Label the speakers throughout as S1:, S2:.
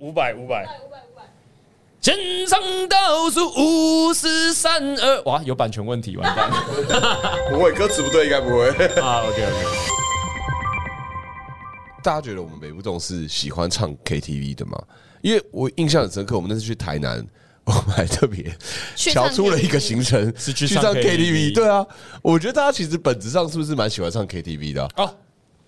S1: 五百五百，
S2: 全场倒数五四三二，哇，有版权问题，完蛋
S3: 不会，歌词不对，应该不会。
S2: 啊！OK OK，
S3: 大家觉得我们北部粽是喜欢唱 KTV 的吗？因为我印象很深刻，我们那次去台南， 我们还特别
S4: 去
S3: 调
S4: 唱
S3: 出了一个行程
S2: 是去
S3: 去
S2: 唱
S3: 唱
S2: KTV
S3: KTV。对啊，我觉得大家其实本质上是不是蛮喜欢唱 KTV 的啊、
S1: 哦，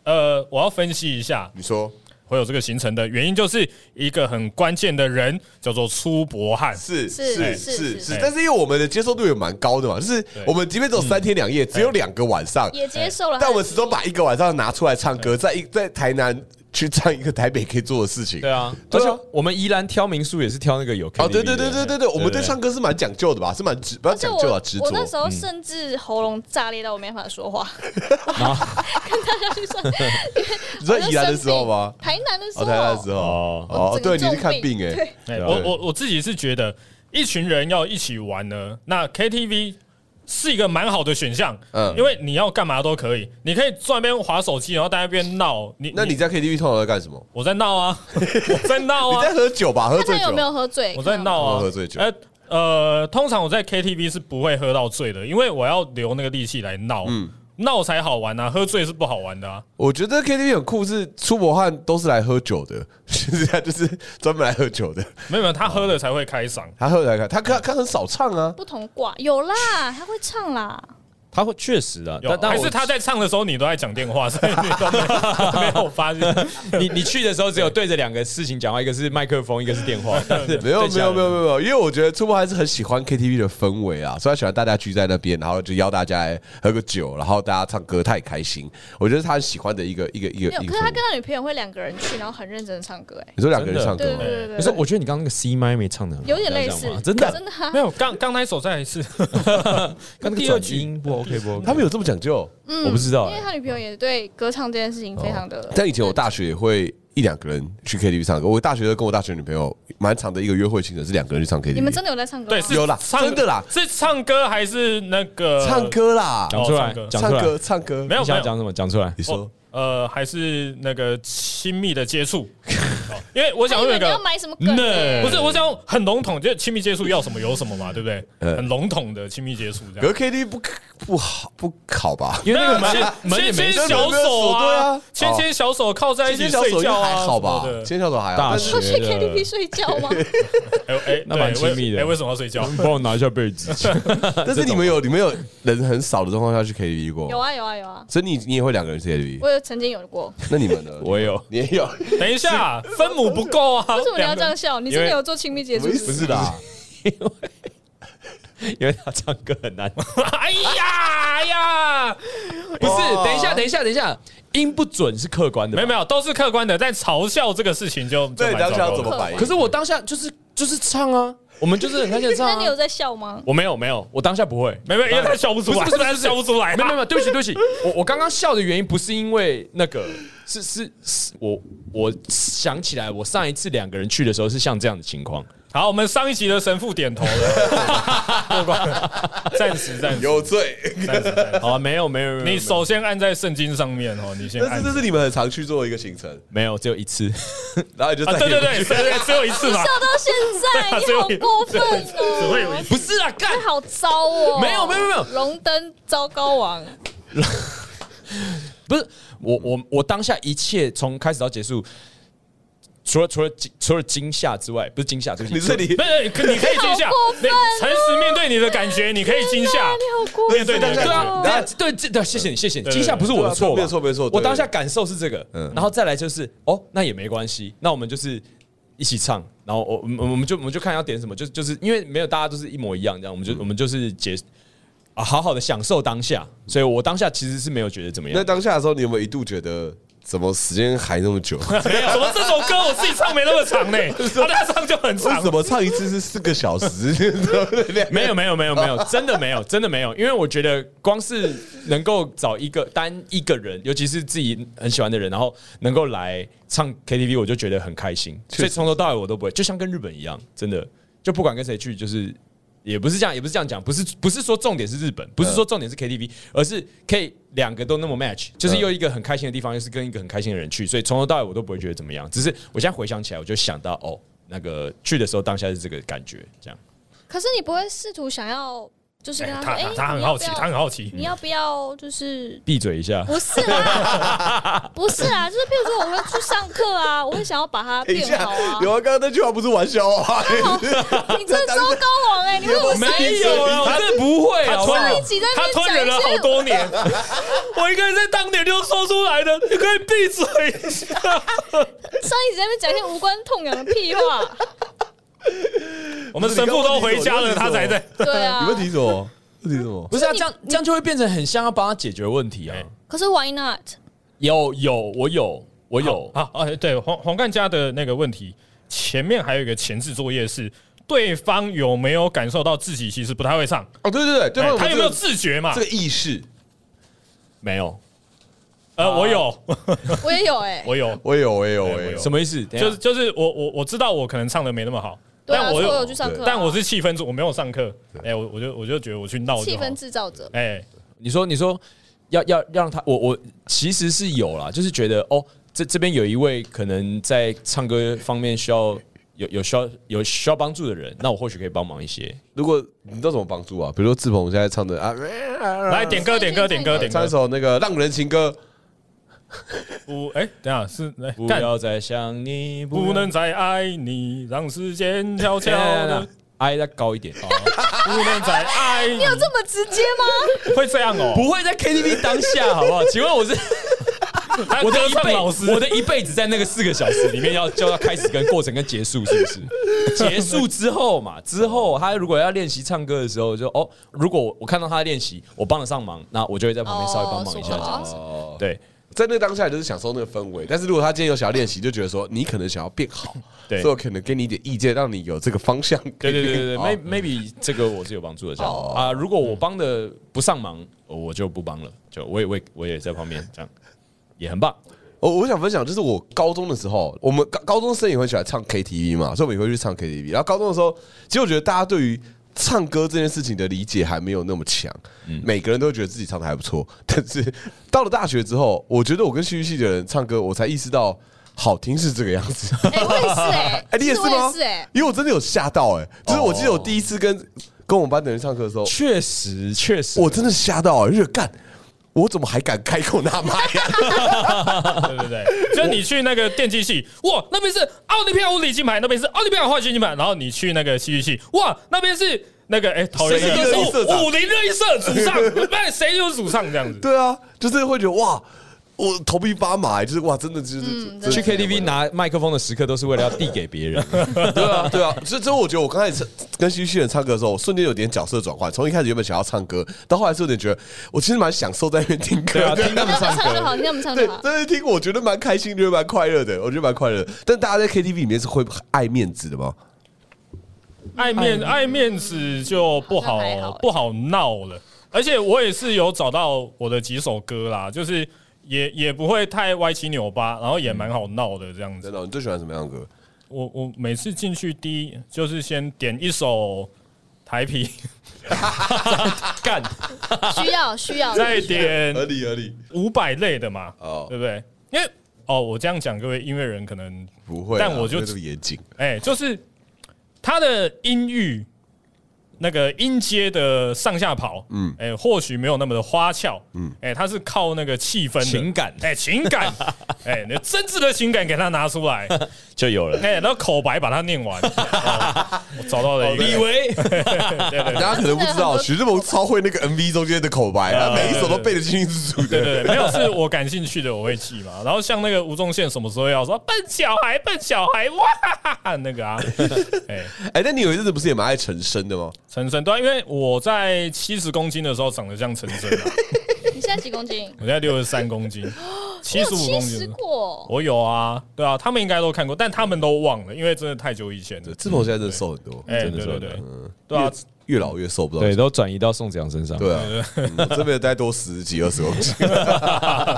S1: 呃，我要分析一下
S3: 你说
S1: 会有这个形成的原因，就是一个很关键的人叫做粗伯汉，
S3: 是
S4: 是
S3: 是
S4: 是
S3: 是
S4: 是
S3: 是，但是因为我们的接受度也蛮高的嘛，就是我们即便只有三天两夜，只有两个晚上，哎
S4: 也接受了他的建议。
S3: 但我们始终把一个晚上拿出来唱歌，在一在台南去唱一个台北可以做的事情。
S2: 对啊，而
S3: 对啊
S2: 且我们宜兰挑民宿也是挑那个有 KTV
S3: 哦，对对对
S2: 的
S3: 对对对，我们对唱歌是蛮讲究的吧？是蛮执，不要
S4: 而且
S3: 讲
S4: 我
S3: 究啊，执着
S4: 我。那时候甚至喉咙炸裂到我没办法说话，跟大家去算，
S3: 你在宜兰的时候吗？
S4: 台南的
S3: 哦，
S4: 时候，
S3: 台南的时候，
S2: 哦
S3: 哦，
S4: 整
S3: 对，
S4: 个
S3: 你是
S4: 重
S3: 看
S4: 病
S3: 病哎
S4: 对，
S1: 哎
S3: 对啊
S1: 我我我自己是觉得一群人要一起玩呢，那 KTV 是一个蛮好的选项，
S3: 嗯
S1: 嗯，因为你要干嘛都可以，你可以坐那边划手机，然后在那边闹，你
S3: 那你在 KTV 通常在干什么？
S1: 我在闹啊， 我在闹
S3: 你
S1: 啊
S3: 在，喝酒吧？喝
S4: 看
S3: 醉
S4: 他
S3: 酒
S4: 有没？有喝醉？
S1: 我在闹啊，
S3: 喝醉酒
S1: 呃呃，通常我在 KTV 是不会喝到醉的，因为我要留那个力气来闹，
S3: 嗯
S1: 闹才好玩啊，喝醉是不好玩的啊。
S3: 我觉得 KTV 很酷，是出国汉都是来喝酒的， 是他就是专门来喝酒的。
S1: 没有没有，他喝了才会开 嗓。
S3: 他喝来看，他他他很少唱啊。
S4: 不同卦有啦，他会唱啦，
S2: 他会确实啊，
S1: 有
S2: 但但
S1: 还
S2: 我
S1: 是他在唱的时候，你都在讲电话，所以你都没有 没有发现。
S2: 你你去的时候只有对着两个事情讲话，一个是麦克风，一个是电话，但是
S3: 没有
S2: 对
S3: 没
S2: 家
S3: 有
S2: 人
S3: 没有没有没有，因为我觉得初步还是很喜欢 KTV 的氛围啊，所以他喜欢大家聚在那边，然后就邀大家来喝个酒，然后大家唱歌，他也开心。我觉得他很喜欢的一个一个一个
S4: 没有。
S3: 一
S4: 可
S3: 个
S4: 是
S3: 氛
S4: 他
S3: 围
S4: 跟。他女朋友会两个人去，然后很认真的唱歌，哎，
S3: 你说两个人唱歌
S4: 对
S3: 吗
S4: 对？对对
S2: 可是
S4: 对，
S2: 我觉得你刚刚那个 C 麦没唱的很好，
S4: 有点
S2: 你
S4: 类
S2: 知道
S4: 似
S2: 吗，真的
S4: 真的啊
S1: 没，有，刚刚那一首再来一次。
S2: 跟那个
S1: 第二
S2: 转
S1: 句
S2: 音不 OK 不 OK，
S3: 他们有这么讲究？
S4: 嗯
S2: 我不知道
S3: 啊
S4: 因为
S2: 哎
S4: 他女朋友也对歌唱这件事情非常的，
S3: 但以前我大学也会一两个人去 KTV 唱歌。我大学跟我大学女朋友蛮长的一个约会行程是两个人去唱 KTV。
S4: 你们真的有在唱歌吗？
S1: 对，是
S3: 有啦
S1: 唱
S3: 真的啦
S1: 是唱歌还是那个
S3: 唱？歌啦？
S2: 讲出
S1: 哦唱
S2: 来
S1: 歌
S2: 讲
S3: 唱
S2: 出来，
S3: 歌唱歌
S1: 没有
S2: 你想
S1: 没
S2: 要
S1: 有
S2: 讲，什么讲出来
S3: 你，说
S1: 哦呃，还是那个亲密的接触。哦因为我
S4: 我
S1: 想问一
S4: 你要
S1: 个，
S4: 买什么梗哎？
S1: 不是我想用很笼统，就是亲密接触要什么有什么嘛，对不对？很笼统的亲密接触这
S3: 可
S1: 样。
S3: 是 KTV 不不好不考吧？
S2: 因为那个
S1: 没有
S2: 门
S1: 牵
S2: 门也没
S1: 牵牵
S2: 锁
S1: 小手
S3: 对啊
S1: 啊，牵牵小手靠在一
S3: 牵
S1: 起
S3: 小手
S1: 睡
S3: 应该
S1: 觉
S3: 还
S1: 啊，
S3: 好吧
S1: 什么？的
S3: 牵小手还好，
S2: 大
S3: 但
S2: 学
S3: 是
S4: 哦会去
S2: 觉得
S4: KTV 睡觉 吗？
S1: 哎哎，
S2: 那蛮
S1: 对为
S2: 亲密的
S1: 哎，为什么要睡觉？
S2: 帮我拿一下被子，
S3: 啊但是你们有你们有人很少的状况下去 KTV 过？
S4: 有啊有啊有啊，
S3: 所以你你也会两个人去 KTV？
S4: 我有曾经有过。
S3: 那你们 呢？
S2: 我有。
S3: 你也有？
S1: 等一下，分母不够啊！
S4: 为什么你要
S1: 两
S4: 这样
S1: 个？
S4: 笑？你真的有做亲密接触？
S3: 不是啊 啦，
S2: 因为他唱歌很 难。
S1: 哎呀哎呀，
S2: 不是，等一下，等一下，等一下，音不准是客观的
S1: 没
S2: 吧。
S1: 有没有，都是客观的，但嘲笑这个事情就就
S3: 对，
S1: 蛮
S3: 当下
S1: 糟
S3: 要
S1: 糕
S3: 怎么
S1: 的。
S3: 反应？
S2: 可是我当下就是就是唱啊，我们就是很开心的唱、
S4: 那你有
S2: 啊。
S4: 在笑吗？
S2: 我没有没有，我当下不会。
S1: 没有，因为他笑不出来，
S2: 不是不是
S1: 他笑不出来，
S2: 没有没有，对不起对不起，我我刚刚笑的原因不是因为那个，是是是我我想起来，我上一次两个人去的时候是像这样的情况。
S1: 好，我们上一集的神父点头了，过关了，暂时暂时
S3: 有罪，
S1: 暂时暂时。
S2: 好啊，没有没有，没有没有
S1: 你首先按在圣经上面哦，你先
S3: 但
S1: 按
S3: 是。这是你们很常去做的一个行程，
S2: 没有只有一次，
S3: 然后你就
S1: 啊，
S3: 再
S1: 对对
S3: 也
S1: 对，
S3: 不去
S1: 只有只有一次
S4: 你
S1: 嘛
S4: 笑，到现在，你好过分
S1: 只会有一
S4: 哦！
S1: 次。
S2: 不是啊，干
S4: 这好糟哦！
S2: 没有没有没有
S4: 荣登糟糕王，
S2: 不是我我我当下一切从开始到结束，除了除了惊除了惊吓之外，不是惊吓，对不起，
S3: 你这里
S1: 不是，可你可以惊吓
S4: 好过，分
S1: 你
S4: 哦
S1: 诚实面对你的感觉，你可以惊吓。
S4: 你好过
S1: 面对
S4: 分哦
S1: 你的
S2: 对
S1: 感
S2: 啊，
S3: 对
S2: 对啊对这对，谢谢你，谢谢你。
S1: 对
S2: 惊吓不是我的错吧，
S3: 呃对啊没有错没有错对
S2: 我当下感受是这个
S3: 嗯，
S2: 然后再来就是哦，那也没关系，那我们就是一起唱，然后我我们我们就我们就看要点什么，就就是因为没有大家都是一模一样，这样我
S3: 嗯
S2: 们就我们就是解啊，好好的享受当下。所以我当下其实是没有觉得怎么
S3: 那
S2: 样，
S3: 当下的时候，你有没有一度觉得怎么时间还那么 久？为
S1: 觉。怎么这首歌我自己唱没那么长呢？他那唱就很长
S3: 什。么唱一次是四个小时？
S2: 没有没有没有没有，真的没有 真的没有，因为我觉得光是能够找一个单一个人，尤其是自己很喜欢的人，然后能够来唱 KTV，我就觉得很开心。所以从头到尾我都不会，就像跟日本一样，真的就不管跟谁去，就是也不是这样，也不是这样讲，不是不是说重点是日本，不是说重点是 KTV，而是可以两个都那么 match，就是又一个很开心的地方，又是跟一个很开心的人去，所以从头到尾我都不会觉得怎么样。只是我现在回想起来，我就想到哦，那个去的时候当下是这个感觉，这样。
S4: 可是你不会试图想要，就是跟
S1: 哎
S4: 他
S1: 他
S4: 说，哎
S1: 他，他
S4: 你
S1: 很
S4: 要
S1: 好
S4: 不
S1: 奇，
S4: 要
S1: 他很好奇。
S4: 你要不要就是
S2: 闭嘴一下，
S4: 不是啦，不是啦，就是譬如说我会去上课啊，我会想要把它
S3: 等一
S4: 变
S3: 下
S4: 好啊，。
S3: 有啊，刚刚那句话不是玩笑话，
S4: 你这周高王哎、你为我上
S2: 没有啊，我真的不会啊，
S1: 他
S2: 我
S1: 吞
S4: 一集在
S1: 他
S4: 那
S1: 吞
S4: 边
S1: 忍了
S4: 讲一
S1: 好
S4: 些
S1: 多年， 我应该在当年就说出来的。你可以闭嘴一下。
S4: 上一集在那边讲一些无关痛痒的屁话，
S1: 我们神父都回家了，
S3: 你
S1: 他
S3: 刚
S1: 才
S3: 刚问题是
S1: 在。
S3: 什么
S4: 对啊
S3: 你。问题是什么？问题是什么？
S2: 不是啊，这样这样就会变成很像要帮他解决问题啊
S1: 哎。
S4: 可是 Why not？
S2: 有有，我有我有，
S1: 好，哎，对黄黄干家的那个问题，前面还有一个前置作业是。对方有没有感受到自己其实不太会唱？
S3: 哦，对对对，对
S1: 哎
S3: 方
S1: 他有没有
S3: 这个
S1: 自觉嘛
S3: 这？个意识？
S2: 没有
S1: 呃，我有，
S4: 我也有哎、
S1: 我有，
S3: 我有，我有，
S1: 哎
S3: 我
S1: 我
S3: 有
S1: 有。
S2: 什么意思？就
S1: 就是就是我我我知道我可能唱的没那么好，
S4: 对啊，
S1: 但
S4: 所
S1: 我
S4: 以我
S1: 又
S4: 有去上课啊、
S1: 但我是气氛组，我没有上课，哎，我我就我就觉得我去闹
S4: 气
S1: 就好
S4: 氛。制造者，
S1: 哎，
S2: 你说，你说要要让他，我我其实是有啦，就是觉得哦，这这边有一位可能在唱歌方面需要有有需要有需要帮助的人，那我或许可以帮忙一些。
S3: 如果你知道怎么帮助啊？比如说志鹏现在唱的 啊，
S1: 来点歌，点歌，点歌，点
S3: 唱一
S1: 歌。
S3: 首那个《浪人情歌
S1: 不，哎，等一下是哎
S2: 不
S1: 干，
S2: 要再想你，
S1: 不能
S2: 要
S1: 再爱你，让时间悄悄
S2: 等一下等一下等
S1: 的
S2: 一下，爱再高一点，
S1: 不能再爱你。
S4: 这么直接 吗？
S1: 哎会这样哦？
S2: 不会在 KTV 当下，好不好？请问我是
S1: 他
S2: 我的
S1: 歌
S2: 一
S1: 唱
S2: 辈
S1: 老师，
S2: 我的一辈子在那个四个小时里面要就要开始跟过程跟结束，是不是？ 结束之后嘛，之后他如果要练习唱歌的时候就，哦，如果我我看到他练习，我帮得上忙，那我就会在旁边稍微帮忙一下
S4: 哦
S2: 这样子。》。
S3: 哦，
S2: 对
S3: 在那个当下就是享受那个氛围。但是如果他今天有想要练习，就觉得说你可能想要变好，
S2: 对
S3: 所以我可能给你一点意见，让你有这个方向。哦
S2: 对哦对对对对
S3: 好
S2: ，may-，maybe 这个我是有帮助的，这样啊。如果我帮的不上忙，我就不帮了，就我也我也我也在旁边这样，也很棒。
S3: 我我想分享，就是我高中的时候，我们高高中生也会喜欢唱 KTV 嘛，所以我们也会去唱 KTV。然后高中的时候，其实我觉得大家对于唱歌这件事情的理解还没有那么强，每个人都会觉得自己唱的还不错。 但是到了大学之后，我觉得我跟戏剧系的人唱歌，我才意识到好听是这个样子。
S4: 哎、我也是哎、
S3: 哎，你也是
S4: 我
S3: 吗？
S4: 也是哎、
S3: 因为我真的有吓到哎、就是我记得我第一次跟跟我们班的人唱歌的时候，
S2: 确实确实，
S3: 我真的吓到哎、欸，热干。我怎么还敢开口大骂呀？
S1: 对不对？就是你去那个电机系，哇，那边是奥林匹亚物理金牌，那边是奥林匹亚化学金牌，然后你去那个戏剧系，哇，那边是那个哎，桃园
S3: 谁是热
S1: 的
S3: 音社长
S1: 武林热音社主上，那谁有主上这样子？
S3: 对啊，就是会觉得哇，我头皮发麻、欸，就是哇，真的就是、
S4: 嗯
S3: 真的
S2: 去 KTV 拿麦克风的时刻都是为了要递给别 人。
S3: 对啊，对啊，所以所以我觉得我刚开始跟徐旭人唱歌的时候，我瞬间有点角色转换，从一开始原本想要唱歌，到后来是有点觉得我其实蛮享受在那边听歌
S2: 对啊，
S3: 的。
S2: 听他
S4: 你
S2: 们
S4: 让我
S2: 唱
S4: 们唱
S2: 歌
S4: 就。好，你让我们唱
S3: 对
S4: 就好，。
S3: 真的听我觉得蛮开心，觉得蛮快乐的，我觉得蛮快乐的。但大家在 KTV 里面是会爱面子的吗？
S1: 爱哎面爱面子就不好
S4: 好像还好欸
S1: 不好闹了，而且我也是有找到我的几首歌啦，就是也也不会太歪七扭八，然后也蛮好闹的这样子
S3: 真。的，你最喜欢什么样的歌？
S1: 我我每次进去第一就是先点一首台啤，
S2: 干，
S4: 需要需要。
S1: 再点
S3: 合理合理，
S1: 五百类的嘛，
S3: 哦
S1: 对不对？因为哦，我这样讲，各位音乐人可能
S3: 不会啊，
S1: 但我就
S3: 这么严谨。
S1: 哎、就是他的音域那个音阶的上下跑，嗯，哎、或许没有那么的花俏，嗯，哎、他是靠那个气氛的
S2: 情感
S1: 哎、情感，哎、你的真挚的情感给他拿出来，
S2: 就有了。
S1: 哎、然后口白把它念完，哦我找到了一个，
S2: 李维，
S3: 大家可 能不知道，徐志摩超会那个 MV 中间的口白，
S2: 啊
S3: 他每一首都背得清清楚楚
S1: 对
S3: 的。
S1: 对对，没有是我感兴趣的我会记嘛。然后像那个吴宗宪什么时候要说笨小孩笨小孩哇哈哈那 个啊，哎、
S3: 哎，但你有一阵子不是也蛮爱陈升的吗？
S1: 陈升对啊、因为我在七十公斤的时候长得像陈升、啊，
S4: 你现在几公斤？
S1: 我现在六十三公 斤，七十五公斤
S4: 吃，过，
S1: 我有啊，对啊，他们应该都看过，但他们都忘了，因为真的太久以前了。
S3: 志鹏现在真的瘦很多，
S1: 哎、
S2: 真的
S1: 对
S2: 是
S1: 对
S2: 的
S1: 对，对啊，
S3: 越老越瘦，不知道为
S2: 对，
S3: 什么。
S2: 都转移到宋子阳身上。
S3: 对啊，嗯我这边待多十几二十公斤，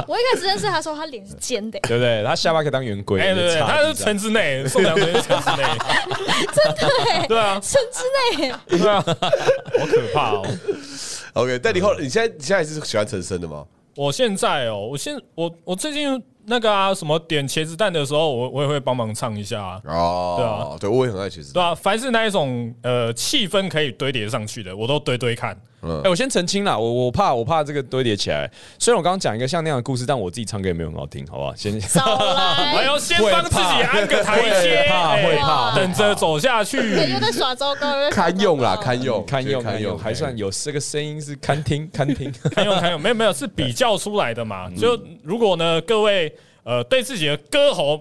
S4: 我一开始认识他的时候，他脸是尖 的、
S2: 对不对？他下巴可以当圆规，
S1: 哎，对对，
S2: 插
S1: 他
S2: 进
S1: 是
S2: 去
S1: 城之内，宋良人是城之内，
S4: 真的哎、
S1: 对啊，
S4: 甚至内、
S1: 对啊，好可怕哦！
S3: OK，但你后你现在你现在是喜欢陈升的吗？
S1: 我现在哦，我现我我最近那个啊，什么点茄子蛋的时候，我我也会帮忙唱一下啊。
S3: 哦，对，我也很爱茄子
S1: 对
S3: 蛋。
S1: 啊，凡是那一种呃气氛可以堆叠上去的，我都堆堆看。
S2: 哎、我先澄清啦，我我怕我怕这个堆叠起来。虽然我刚刚讲一个像那样的故事，但我自己唱歌也没有很好听，好不好？ 先
S4: 少
S1: 还
S4: 来，哎
S1: 要哎先帮自己安个台阶，
S2: 会怕
S1: 哎
S2: 会怕
S1: 等着走下去。
S4: 又在耍糟糕，又在耍糟
S3: 堪
S4: 糕
S3: 用啦，堪用，
S2: 堪用
S3: 堪
S2: 堪用，还算有这个声音是堪听堪 听。
S1: 没有没有没有没有是比较出来的
S2: 嗯
S1: 嘛。就如果呢各位呃对自己的歌喉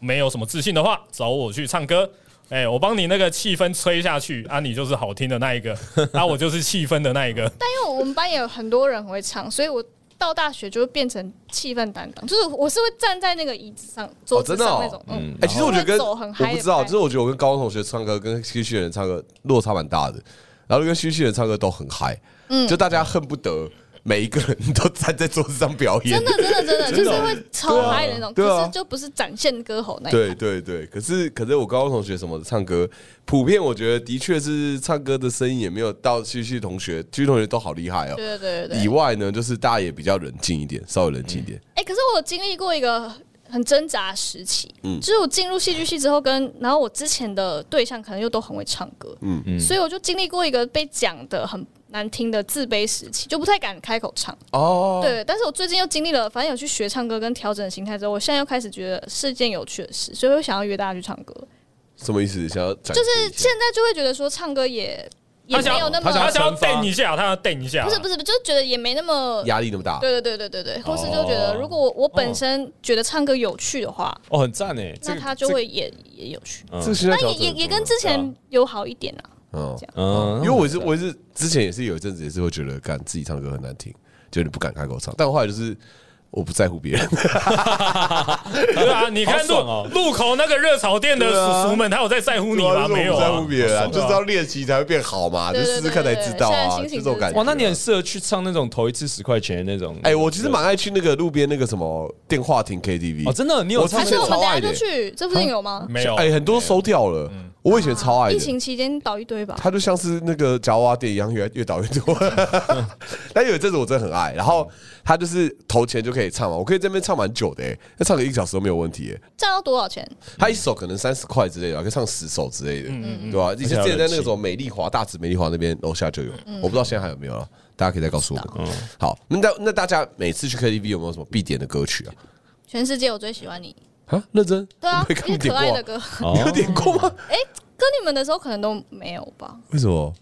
S1: 没有什么自信的话，找我去唱歌。哎、我帮你那个气氛吹下去啊，你就是好听的那一个，啊，我就是气氛的那一个。
S4: 但因为我们班也有很多人很会唱，所以我到大学就会变成气氛担当，就是我是会站在那个椅子上、桌子
S3: 真的
S4: 上
S3: 哦
S4: 那种。嗯，
S3: 哎，其实我觉得跟
S4: 走
S3: 我
S4: 很嗨
S3: 不
S4: 的
S3: 知道，
S4: 派
S3: 就是我觉得我跟高中同学唱歌跟虚虚人唱歌落差蛮大的，然后跟虚虚人唱歌都很嗨，
S4: 嗯
S3: 就大家恨不得每一个人都站在桌子上表演
S4: 真。的 真的真的就是会超嗨的那种，
S3: 哦对啊
S4: 可是就不是展现歌喉那一
S3: 对
S4: 派。
S3: 对对，可是可是我高中同学什么的唱歌，普遍我觉得的确是唱歌的声音也没有到旭旭同学，旭旭同学都好厉害哦。
S4: 对对对对
S3: 以
S4: 对。
S3: 外呢，就是大家也比较冷静一点，稍微冷静一点。
S4: 哎，可是我有经历过一个很挣扎的时期，
S3: 嗯
S4: 就是我进入戏剧系之后跟，然后我之前的对象可能又都很会唱歌，嗯嗯，所以我就经历过一个被讲的很难听的自卑时期，就不太敢开口唱。
S3: 哦，
S4: 对，但是我最近又经历了，反正有去学唱歌跟调整心态之后，我现在又开始觉得是件有趣的事，所以我想要约大家去唱歌。
S3: 什么意思？想要就
S4: 就是现在就会觉得说唱歌也也
S1: 他想
S4: 没
S1: 要
S4: 有那么，
S1: 他想要
S2: 惩罚
S1: 瞪一下，他要瞪一
S2: 啊
S1: 下。
S4: 不是不是，不是就是觉得也没那么。
S3: 压力那么大，
S4: 对对对对
S2: 哦
S4: 对对，或是就觉得，如果我我本身觉得唱歌有趣的话，
S2: 哦，很赞哎，这
S4: 那
S2: 个嗯
S4: 他就会也也有趣，
S3: 这个心态
S4: 但
S3: 调
S4: 也
S3: 整
S4: 也也
S3: 很
S4: 跟之前有好一点啊。
S3: 多嗯
S4: 这样
S2: 嗯
S3: 因为我是我是之前也是有一阵子也是会觉得，干自己唱歌很难听，就你不敢开口唱。但我后来就是我不在乎别人，
S1: 对啊，你看
S2: 好
S1: 路、
S2: 爽哦
S1: 路口那个热炒店的
S3: 对啊
S1: 叔叔们，他有在在乎你吗？
S3: 就是
S1: 没有
S3: 我不
S1: 啊，
S3: 在乎别人啊，
S1: 好
S3: 就是
S1: 爽啊
S3: 要练习才会变好嘛，就
S4: 对对
S3: 试试看才知道啊，就
S4: 对对对
S3: 这种感
S2: 嗯
S3: 觉。
S2: 哇，那你很适合去唱那种头一次十块钱的那种。
S3: 哎、我其实蛮爱去那个路边那个什么电话亭 KTV
S2: 哦，真哦的，你有
S3: 我
S2: 唱
S4: 还
S3: 之
S4: 是
S3: 前
S4: 我们
S3: 超
S4: 等下
S3: 爱的
S4: 就去，这附近有吗？
S1: 没有。
S3: 哎、很多收掉了，
S2: 嗯
S3: 我以前超爱
S4: 疫
S3: 的。
S4: 情期间倒一堆吧。
S3: 它就像是那个夹娃娃店一样，越来越倒越 多。但有一阵子我真的很爱，然后
S2: 嗯
S3: 它就是投钱就可以唱嘛，我可以在那边唱蛮久的、欸，那唱个一个小时都没有问题、
S2: 嗯
S3: 欸。
S4: 占到多少钱？
S3: 他一首可能三十块之类的，可以唱十首之类的，
S2: 嗯
S3: 对吧、以前之前在那个什么美丽华大直美丽华那边楼下就有，
S4: 嗯
S3: 我不知道现在还有没有了，大家可以再告诉我
S2: 嗯
S3: 们。好，那大那大家每次去 KTV 有没有什么必点的歌曲啊？
S4: 全世界我最喜欢你。
S3: 啊，认真？
S4: 对啊
S3: 我，没看
S4: 一
S3: 你
S4: 些
S3: 点
S4: 可
S3: 过
S4: 爱
S3: 啊、
S4: 的歌，
S2: 哦
S3: 你有点过吗？
S4: 歌你们的时候可能都没有吧？
S3: 为什么？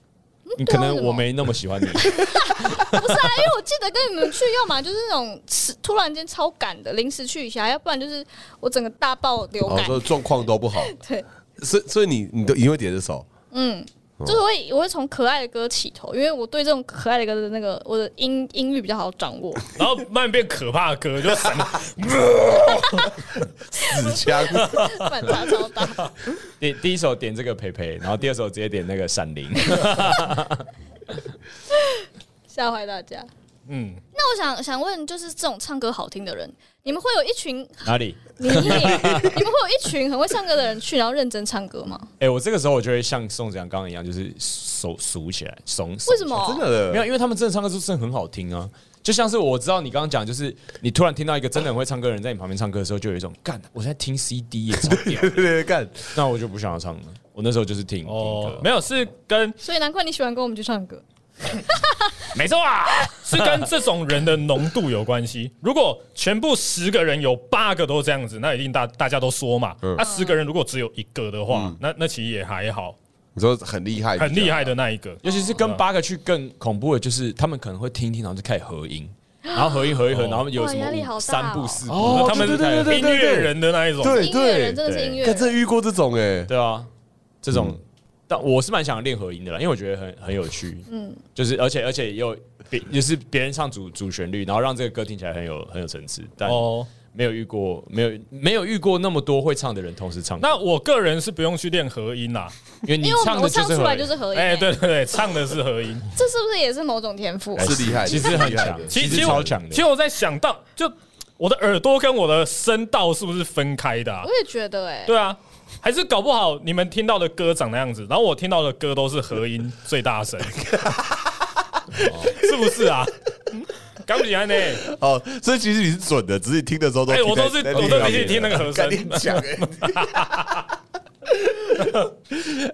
S2: 你可
S4: 嗯
S2: 能我没那么喜欢你，
S4: 不是啊， 因为我记得跟你们去，要么就是那种吃突然间超赶的，临时去一下，要不然就是我整个大爆流
S3: 哦，
S4: 感。
S3: 说状况都不好，
S4: 对，
S3: 所以所以你你都你会点这 首？
S4: 就是我会我会从可爱的歌起头，因为我对这种可爱的歌的那个我的音音律比较好掌握。
S1: 然后慢慢变可怕的歌，就闪
S3: 死腔，
S4: 反差超大。
S2: 第第一首点这个培培，然后第二首直接点那个闪灵。
S4: 吓坏大家。
S1: 嗯
S4: 嗯，那我想想问，就是这种唱歌好听的人，你们会有一群
S2: 哪里？
S4: 你你们会有一群很会唱歌的人去，然后认真唱歌吗？
S2: 哎、我这个时候我就会像宋子阳刚刚一样，就是手数起来，怂。
S4: 为什？么？
S3: 真的
S2: 没有，因为他们真的唱歌就是很好听啊。就像是我知道你刚刚讲，就是你突然听到一个真的很会唱歌的人在你旁边唱歌的时候，就有一种干，我在听 CD 也超 屌，
S3: 对对对，干
S2: 那我就不想要唱了。我那时候就是听听
S1: 哦
S2: 歌，，
S1: 没有是跟
S4: 所以难怪你喜欢跟我们去唱歌。
S1: 没错啊，是跟这种人的浓度有关系。如果全部十个人有八个都这样子，那一定大大家都说嘛。
S3: 嗯
S1: 那、十个人如果只有一个的话，那那其实也还好，
S3: 你说很厉害，
S1: 很厉害的那一
S3: 啊
S1: 个。
S2: 尤其是跟八个去更恐怖的，就是他们可能会听一听，然后就开始合 音，然后合音合一合，然后有什
S4: 哇压力
S2: 么
S4: 好
S2: 五
S4: 大哦
S2: 三步四步，
S3: 哦，
S1: 他们
S3: 对
S1: 是
S3: 对对对
S1: 音
S3: 对
S1: 乐
S3: 对，
S1: 人的那一种，
S3: 对
S4: 音乐人真的是
S2: 对
S4: 音乐
S3: 干真
S4: 人，
S3: 的遇过这种哎，
S2: 对啊，这种，
S4: 嗯
S2: 但我是蛮想练合音的啦，因为我觉得很很有趣，嗯，就是而且而且也有别也是别人唱主主旋律，然后让这个歌听起来很有很有层次，但
S1: 哦，
S2: 没有遇过，没有没有遇过那么多会唱的人同时唱歌。
S1: 那我个人是不用去练合音啦，
S2: 因为你
S4: 因为我
S2: 唱
S4: 们
S2: 的
S4: 我
S2: 就
S4: 唱
S2: 是
S4: 出来
S2: 会，
S4: 就是合音、
S1: 哎，
S4: 欸
S1: 对对对，唱的是合 音。
S4: 这是不是也是某种天赋
S2: 哎
S4: 啊？
S3: 是厉害的，
S2: 其实很
S3: 厉害
S2: 强
S3: 的，。
S1: 其
S2: 其
S1: 实
S2: 实
S1: 其实我
S2: 超强
S1: 其
S2: 的。
S1: 实我在想到，就我的耳朵跟我的声道是不是分开的啊
S4: 我？也觉得、哎，
S1: 对啊，还是搞不好你们听到的歌长那样子，然后我听到的歌都是合音最大 声，是不是啊？搞不起来呢，
S3: 哦，所以其实你是准的，只是你听的时候都
S1: 哎我都是
S3: 在
S1: 我都必须听那个和声
S3: 干你讲哎。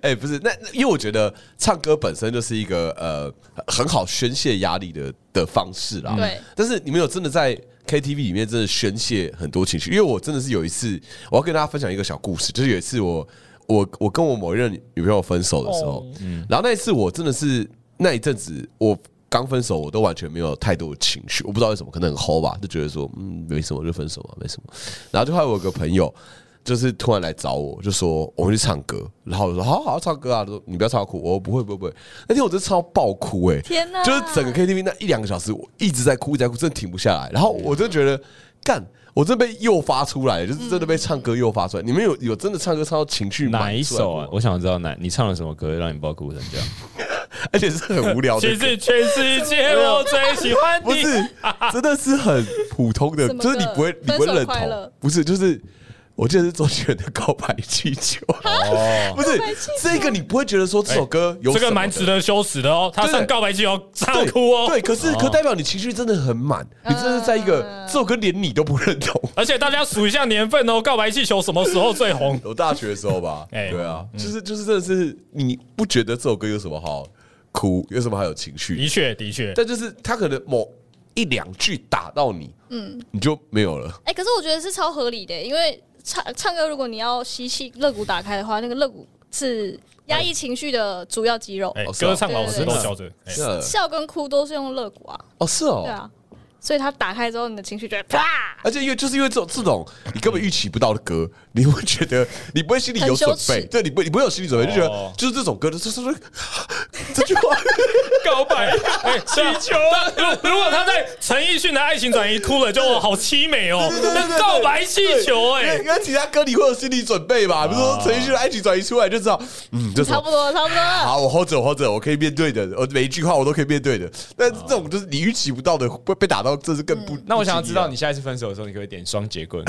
S3: 哎，不是，那那因为我觉得唱歌本身就是一个呃很好宣泄压力的的方式啦。
S4: 对
S3: 但是你们有真的在 KTV 里面真的宣泄很多情绪？因为我真的是有一次，我要跟大家分享一个小故事，就是有一次我我我跟我某一任女朋友分手的时
S4: 哦
S3: 候，然后那一次我真的是那一阵子我。刚分手，我都完全没有太多的情绪，我不知道为什么，可能很齁吧，就觉得说，嗯，没什么，就分手嘛，没什么。然后就后来我有个朋友，就是突然来找我，就说我们去唱歌，然后我说好好好唱歌啊，他说你不要唱到哭，我说不会不会不会。那天我真的唱到爆哭哎、欸
S4: 天哪
S3: 就是整个 KTV 那一两个小时，我一直在哭，一直在哭，真的停不下来。然后我就觉得干。我真的被诱发出来，就是真的被唱歌诱发出来。你们有有真的唱歌唱到情绪满
S2: 哪一
S3: 出来
S2: 首
S3: 过
S2: 啊
S3: 吗？？
S2: 我想知道哪你唱了什么歌让你爆哭成这样？
S3: 而且是很无聊的
S1: 其
S3: 歌，
S1: 实全世界我最喜欢
S3: 哦不
S1: 你。
S3: 是，真的是很普通的
S4: 什，么歌
S3: 就是你不会你不会认
S4: 分手快乐
S3: 同，不是，就是我记得是周杰伦的《告白气球》，
S2: 哦
S3: 不是
S4: 啊告白气球
S3: 这个你不会觉得说这首歌有
S1: 哎这
S3: 什
S1: 个
S3: 么
S1: 蛮值得羞耻的哦，他
S3: 对
S1: 上告白气球唱
S3: 对
S1: 哭哦，
S3: 对，可是可代表你情绪真的很满，你真的是在一个
S4: 嗯
S3: 这首歌连你都不认同。？
S1: 而且大家数一下年份哦，告白气球什么时候最红
S3: 我大学的时候吧，
S1: 哎
S3: 对啊，就是就是真的是你不觉得这首歌有什么好哭，有什么好有情绪
S1: 的确，的确，
S3: 但就是他可能某一两句打到你，嗯，你就没有了。
S4: 哎、可是我觉得是超合理的，因为唱唱歌，如果你要吸气，肋骨打开的话，那个肋骨是压
S3: 哎
S4: 抑情绪的主要肌肉。
S1: 哎，
S3: 哦是啊
S1: 歌唱老师都教着，哎
S3: 是啊
S4: 笑跟哭都是用肋骨啊，
S3: 哦，是哦，
S4: 对啊，所以它打开之后，你的情绪就会啪。
S3: 而且因为就是因为这种这种你根本预期不到的歌，你会觉得你不会心里有准
S4: 很羞
S3: 备
S4: 耻，
S3: 对，你不你不会有心理准备，就觉得
S2: 哦
S3: 就是这种歌，就是说 这句话，
S1: 告白 哎，气球。如如果他在陈奕迅的《爱情转移》哭了，就哇好凄美哦
S3: 对对，对
S1: 那
S3: 对
S1: 告白气球
S3: 对
S1: 哎
S3: 因，为其他歌你会有心理准备吧？比如说陈奕迅的《爱情转移》出来就知道，嗯，这首
S4: 差不多，差不多了。。
S3: 好，我 hold 着我 hold 着，我可以面对的，我每一句话我都可以面对的。但这种就是你预期不到的，会被打到，这是啊更不。
S2: 那我想要
S3: 不
S2: 知
S3: 经意
S2: 道
S3: 的
S2: 你下一次分手的时候，你可不可以点双节棍？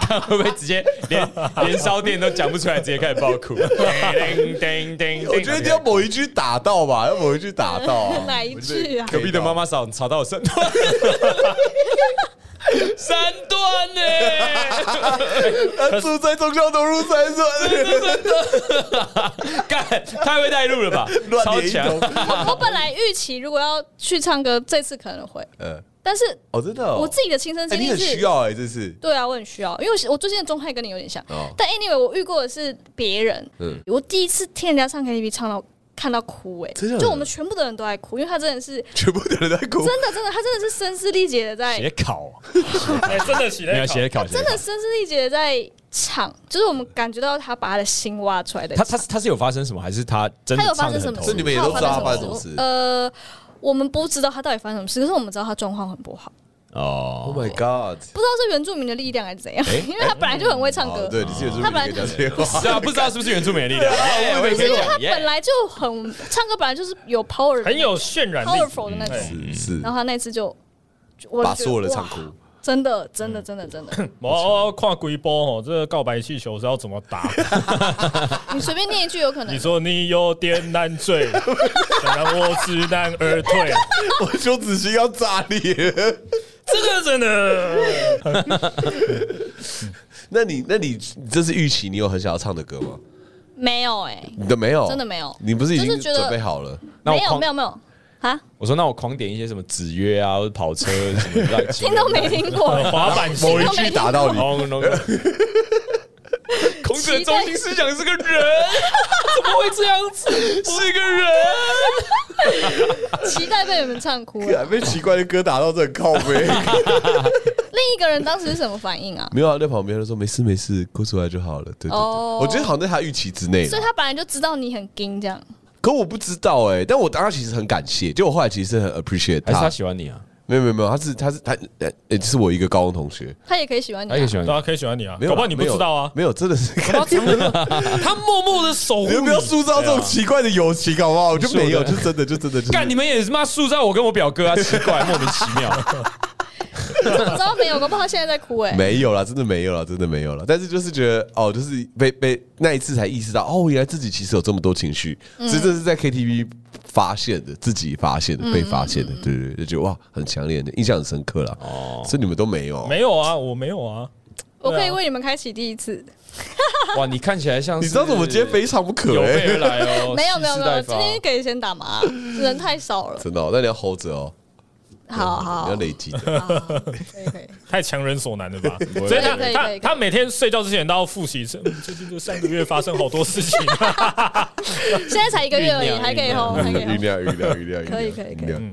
S2: 看会不会直接连连烧电都讲不出来，直接开始爆哭？叮叮叮
S3: 我觉得一定要某一句打到吧，要某一句打到啊
S4: 哪一句
S3: 我觉得
S4: 啊
S2: 隔壁的妈妈嫂吵到我三 段，三段呢、
S3: 她呃住在中孝东路三 段，
S2: 干太会带入了吧？
S3: 乱
S2: 超
S3: 连一
S2: 强
S3: 通。。
S4: 我本来预期如果要去唱歌，这次可能会，
S3: 呃，
S4: 但是
S3: 哦，真的哦，
S4: 我自己的亲身
S3: 哎
S4: 经
S3: 你
S4: 历
S3: 很
S4: 是
S3: 需，要哎，这是
S4: 对啊，我很需要，因为我我最近的状态跟你有点像。
S3: 哦
S4: 但 anyway，我遇过的是别人，
S3: 嗯
S4: 我第一次听人家唱 KTV 唱到看到哭、欸，
S3: 真的假的
S4: 就我们全部的人都在哭，因为他真的是
S3: 全部的人在哭，
S4: 真的真的，他真的是声嘶力竭的在，
S2: 写考，
S1: 哎真的起
S2: 你
S1: 来
S2: 要，写考，
S4: 哦真的声嘶力竭的在唱，就是我们感觉到他把他的心挖出来的
S2: 他。他他是有发生什么，还是他真的
S4: 他有发
S2: 唱
S4: 生
S2: 的很投
S4: 什么事？
S2: 入
S3: 所以？你们也都知道他发生什么事
S4: 呃，我们不知道他到底发生什么事，可是我们知道他状况很不好，
S2: 哦
S3: Oh，my god！
S4: 不知道是原住民的力量还是怎样，因为他本来就很会唱歌
S3: 哦，，对，你是有这么
S4: 他本来
S3: 一个讲这些话，
S2: 是 啊，不知道是不是原住民的力
S1: 啊
S2: 量？耶哎我也
S4: 因为他
S2: 耶
S4: 本来就很唱歌，本来就是有 power，
S1: 很有渲染力。
S4: powerful 的那种。
S1: 哎
S3: 是嗯是
S4: 然，后他那次就，就我
S3: 把
S4: 就觉得
S3: 所有人唱
S4: 哇
S3: 哭，
S4: 真的，真的，真的，真的，
S1: 我我我看龟波哦，这个告白气球是要怎么打？
S4: 你随便念一句有可能
S1: 你。说你有点难追，想让我知难而退，
S3: 我羞耻心要炸裂。
S1: 这个真的
S3: 那你那你你这是预期你有很想要唱的歌吗？
S4: 没有哎、
S3: 你的没有，
S4: 真的没有
S3: 你不是已
S4: 就
S3: 经
S4: 是觉得
S3: 准备好了？
S2: 那我
S4: 没有，
S2: 狂
S4: 没有，没有啊，
S2: 我说那我狂点一些什么子曰啊，或者跑车什么乱七八
S4: 听
S2: 糟
S4: 都没听过。
S1: 滑板鞋
S4: 都
S3: 某
S4: 没
S3: 一句打到你，
S2: 哦，no，no，no 孔子的中心思想是个人， 怎么会这样子？是个人，
S4: 期待被你们唱哭了。
S3: 还被奇怪的歌打到，这很靠背。
S4: 另一个人当时是什么反应啊？
S3: 没有啊，在旁边他说没事没事，哭出来就好了。对对对，
S4: 哦
S3: 我觉得好像在他预期之内
S4: 所以
S3: 了。
S4: 他本来就知道你很硬这样。
S3: 可我不知道哎、但我当时其实很感谢，就我后来其实很 appreciate
S2: 还是
S3: 他
S2: 他。喜欢你啊？
S3: 没有没有没有，他是他是他，呃诶，这是我一个高中同学，
S4: 他也可以喜欢你、
S2: 他也
S4: 啊。
S2: 喜欢
S1: 对啊，可以喜欢你啊，
S3: 没有
S1: 搞
S3: 啦，
S1: 不好你不
S3: 没有
S1: 知道啊，
S3: 没有，真的是，
S1: 他默默的守护
S3: 你们不要塑造这种奇怪的友情好不好？我就没有，就真的就真的就真的
S2: 干你们也是妈塑造我跟我表 哥啊，奇怪，莫名其妙。
S4: 你怎么知道没有？搞不好他现在在哭哎、
S3: 没有啦，真的没有啦，真的没有啦。但是就是觉得哦，就是被被那一次才意识到哦，原来自己其实有这么多情绪，所以这是在 KTV 发现的，自己发现的，被发现的，对对对，就觉得哇，很强烈的印象很深刻啦。哦，所以你们都没有，
S1: 没有啊，我没有啊，
S4: 我可
S1: 对
S4: 以
S1: 啊
S4: 为你们开启第一次。
S2: 哇，你看起来像是
S3: 你知道我们今天非常不可
S2: 有备而
S3: 欸，
S2: 来哦，
S4: 没有没有
S2: 蓄
S4: 没
S2: 势待
S4: 有，
S2: 发
S4: 今天给先打麻， 人太少了。
S3: 真的哦，那你要 hold 着哦，
S4: 好好，
S3: 你要累积的，
S4: 可以可以。
S1: 太强人所难了 吧？
S2: 会
S1: 所以他
S4: 可以可以可
S1: 他
S4: 以
S1: 他每天睡觉之前都要复习，这最近这三个月发生好多事 情啊。
S4: 现在才一个月而已，
S2: 酝酿
S4: 还可以吼，还可以
S3: 酝酿
S4: 吼。
S3: 酝酿酝酿，
S4: 可以可以可以
S3: 以，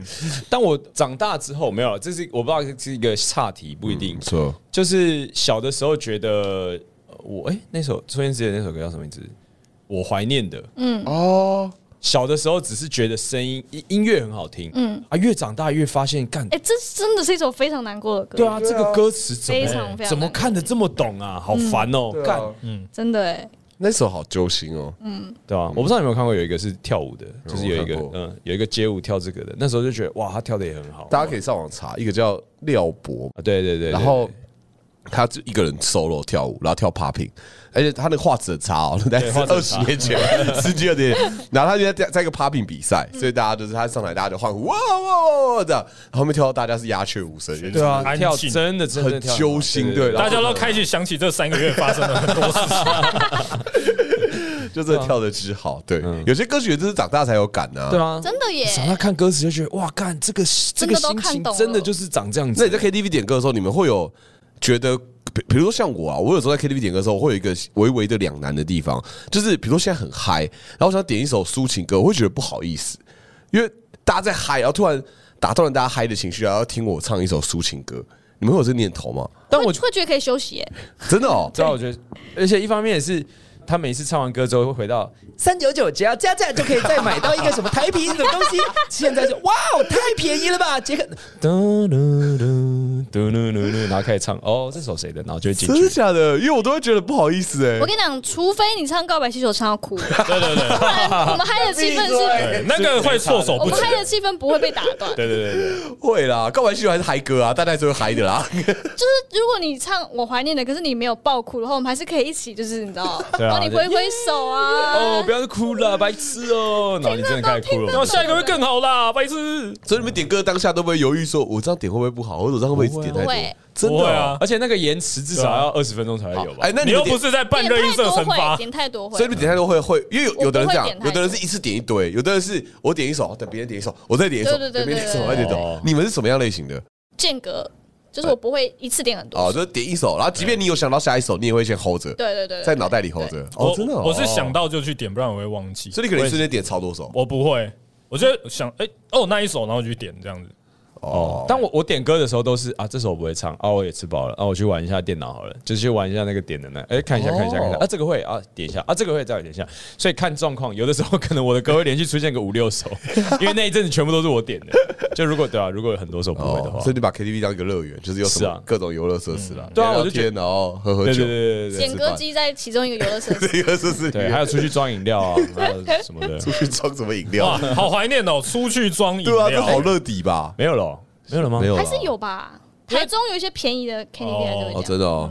S2: 当我长大之后，没有，这是我不知道这是一个岔题，不一定。
S3: 错，
S2: 就是小的时候觉得呃我哎、那首周杰伦之前那首歌叫什么名字？我怀念的。
S3: 哦，
S2: 小的时候只是觉得声音音音乐很好听，嗯啊，越长大越发现干。
S4: 哎，这真的是一首非常难过的歌，
S2: 对啊，这个歌词怎
S4: 非常非
S2: 么
S4: 常
S2: 怎么看得这么懂啊？好烦哦，干
S4: 真的哎，
S3: 那首好揪心哦，
S2: 对啊，我不知道你有没有看过有一个是跳舞的，就是有一个
S3: 我看过
S2: 嗯有一个街舞跳这个的，那时候就觉得哇，他跳的也很好。
S3: 大家可以上网查，一个叫廖博
S2: 啊，对对对对，
S3: 然后他就一个人 solo 跳舞，然后跳 popping，而且他那个画质很差哦，那是
S2: 画质
S3: 二
S2: 很
S3: 十
S2: 差
S3: 年前， 十几二年前，然后他就在在一个 popping 比赛，所以大家就是他上来，大家就欢呼哇哇哇这样，然后后面跳到大家是鸦雀无声，
S2: 对啊，
S1: 安
S2: 跳
S1: 静
S2: 真的真的
S3: 很
S2: 跳
S3: 揪心对然
S1: 大
S3: 后
S1: 家都开始想起这三个月发生 了很多事情，
S3: 就
S2: 啊
S3: 真的跳的之好，对，
S2: 嗯
S3: 有些歌曲真是长大才有感啊，
S2: 对。啊，
S4: 真的耶。
S2: 长大看歌词就觉得哇，干这个这个
S4: 真的都
S2: 心
S4: 看
S2: 情
S4: 懂了
S2: 真的就是长这样
S3: 那
S2: 子
S3: 你。在 KTV 点歌的时候，你们会有觉得，比比如说像我啊，我有时候在 KTV 点歌的时候，我会有一个微微的两难的地方，就是比如说现在很嗨，然后我想点一首抒情歌，我会觉得不好意思，因为大家在嗨，然后突然打断了大家嗨的情绪，然啊后要听我唱一首抒情歌，你们会有这念头吗？
S2: 但
S4: 会
S2: 我
S4: 会觉得可以休息耶，
S3: 真的哦，
S2: 知道，我觉得，而且一方面也是。他每次唱完歌之后会回到三九九，只要加价就可以再买到一个什么台啤什么东西。现在就哇哦，太便宜了吧！杰克，噔噔噔噔噔噔噔，然后开始唱哦，这首谁的？然后就会进
S3: 真的
S2: 去。
S3: 假的？因为我都会觉得不好意思哎、
S4: 我跟你讲，除非你唱《告白气球》唱到哭，不
S1: 对对对
S4: 然我们嗨的气氛是，
S1: 对，那个会措手
S4: 我
S1: 不
S4: 们
S1: 及。
S4: 嗨的气氛不会被打断。
S2: 对对对对，
S3: 会啦，告白气球还是嗨歌啊，大家还是会嗨的 啦。
S4: 就是如果你唱《我怀念的》，可是你没有爆哭的话，我们还是可以一起，就是你 知道，
S2: 啊
S4: 帮你挥挥手
S2: 哦，
S4: 啊
S2: 不。要哭了，白痴哦！然后你真的开始哭
S1: 然后
S2: 了。
S1: 下一个会更好啦，白痴！
S3: 所以你们点歌当下都不会犹豫说，我这样点会不会不好，或者我这样会不会点太
S4: 不
S3: 多
S4: 会？
S3: 真的
S1: 不会
S3: 哦
S1: 啊
S2: 而且那个延迟至少要二十分钟才会有吧
S3: 哎，？那
S1: 你
S3: 你们
S1: 又
S3: 点
S1: 不是在办
S4: 点
S1: 热映
S4: 太
S1: 社
S4: 多
S1: 惩罚
S4: 会，，点太多会
S3: 所以。你们点太多会会，因为有
S4: 我
S3: 有的人
S4: 不
S3: 这
S4: 会
S3: 样
S4: 点，太
S3: 有的人
S4: 多
S3: 是一次点一堆，有的人是我点一首，等别人点一首，我再点一首，
S4: 对
S3: 等
S4: 对对
S3: 别人点一首，
S4: 对
S3: 我再点一首
S2: 哦。
S3: 你们是什么样类型的？
S4: 间隔，就是我不会一次点很多。
S3: 哦，就是点一首，然后即便你有想到下一首，你也会先 hold 着，
S4: 对对对对，
S3: 在脑袋里 hold 着。哦，
S1: 我
S3: 真的哦，
S1: 我是想到就去点，不然我会忘记。
S3: 所以你可能一瞬间点超多首。
S1: 我不会，我就想，哎、哦，那一首，然后就去点这样子。
S2: 哦，但我我点歌的时候都是啊，这首我不会唱啊，我也吃饱了啊，我去玩一下电脑好了，就去玩一下那个点的那，哎，看一下看一下看一下啊，这个会啊，点一下啊，这个会再点一下，所以看状况，有的时候可能我的歌会连续出现个五六 首，因为那一阵子全部都是我点的，就如果对啊，如果有很多首不会的
S3: 哦
S2: 话，，
S3: 所以你把 KTV 当一个乐园，就是有什
S2: 是
S3: 么
S2: 啊
S3: 各种游乐设施啦，
S2: 对啊
S3: 聊聊
S2: 我就觉得
S3: 天然后喝喝
S2: 对
S3: 酒
S2: 对，对对对
S4: 点歌机在其中一个游乐设 施。
S3: 这个设施里
S2: 对，还
S3: 面
S2: 有出去装饮料啊，还有什么 的，
S3: 出去装什么饮
S1: 哇
S3: 料？，
S1: 好怀念哦， 出去装饮
S3: 对啊，这
S1: 料，
S3: 好乐底吧？
S2: 没有了，没有了吗？
S3: 没有啦
S4: 还是有吧？台中有一些便宜的 KTV 还
S3: 啊
S4: 是会这
S3: 哦，
S4: 样
S3: 真的哦，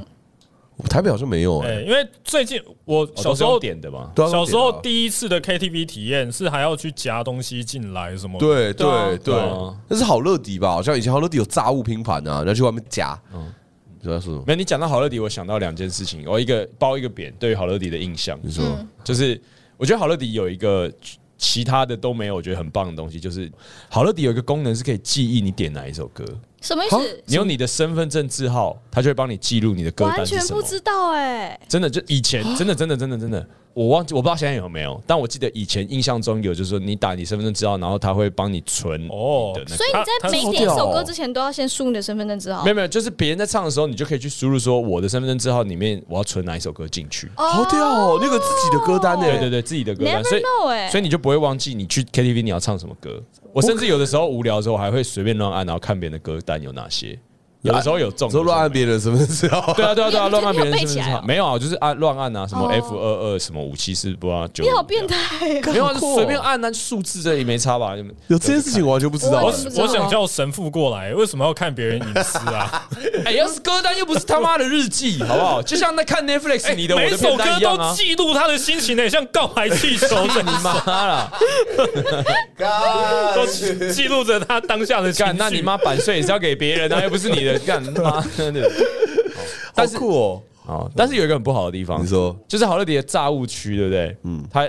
S3: 台北好像没有
S1: 哎、
S3: 哎，
S1: 因为最近我
S2: 哦，
S1: 小
S2: 都
S1: 时
S2: 是用
S1: 候、
S2: 点的嘛，
S3: 对啊
S1: 小时候
S3: 都点啊
S1: 第一次的 KTV 体验是还要去夹东西进来什么的。
S3: 对对
S2: 对
S3: 对
S2: 啊，
S3: 那是好乐迪吧？好像以前好乐迪有炸物拼盘啊，然后去外面夹。嗯，你要说什么？
S2: 没有，你讲到好乐迪，我想到两件事情，我一个褒一个贬，对于好乐迪的印象，
S3: 你说
S2: 就是我觉得好乐迪有一个其他的都没有，我觉得很棒的东西，就是好乐迪有一个功能是可以记忆你点哪一首歌，
S4: 什么意
S3: 哈
S4: 思？
S2: 你用你的身份证字号，它就会帮你记录你的歌
S4: 完
S2: 单是
S4: 全
S2: 什么
S4: 不。知道哎、
S2: 真的，就以前真的真的真的真的，我忘记我不知道现在有没有，但我记得以前印象中有，就是说你打你身份证资料，然后他会帮你存
S1: 哦
S2: 哦的那个。
S4: 所以你
S1: 他
S4: 在每
S1: 他
S4: 点一
S3: 好屌
S4: 首
S3: 哦
S4: 歌之前都要先输你的身份证字号
S2: 没。有没有，就是别人在唱的时候，你就可以去输入说我的身份证字号里面我要存哪一首歌进去。
S4: 哦
S3: 好屌哦，那个自己的歌单呢？
S2: 对对对，自己的歌单，
S4: Never
S2: 所以
S4: know 欸
S2: 所以你就不会忘记你去 KTV 你要唱什么歌。我甚至有的时候无聊的时候，我还会随便乱按，然后看别人的歌单有哪些。
S3: 啊
S2: 有的时候有中，
S3: 说乱按别人什么哦时候？
S2: 对啊对啊对啊，
S4: 你有
S2: 乱按别人
S4: 你
S2: 身份
S4: 有背起
S2: 证
S4: 来
S2: 号
S4: 哦
S2: 没有啊，我就是按乱按啊，什么
S4: 哦
S2: F 二二什么五七四不啊九，
S4: 你好变态哦！
S2: 没有啊，
S3: 好
S2: 就
S3: 酷哦
S2: 随便按那数字这里没差 吧？
S3: 有这件事情我完全不知道
S1: 我
S4: 我也不知道啊
S1: 我想叫神父过来，为什么要看别人隐私 啊？
S2: 哎，要是歌单又不是他妈的日 记，好不好？就像那看 Netflix
S4: 哎
S2: 你的我
S1: 哎每
S2: 的
S1: 首
S2: 片单
S1: 歌
S2: 一样
S1: 都
S2: 啊。
S1: 记录他的心情呢，像告白气球 这
S2: 你
S1: 样
S2: 妈 啦！
S3: Oh
S1: 都记记录着他当下的情绪
S2: 干，。那你妈版税也是要给别人啊，又不是你的，干妈 的。但是
S3: 好酷哦！
S2: 哦，但是有一个很不好的地方，
S3: 你说
S2: 就是好乐迪的炸物区，对不对？嗯，他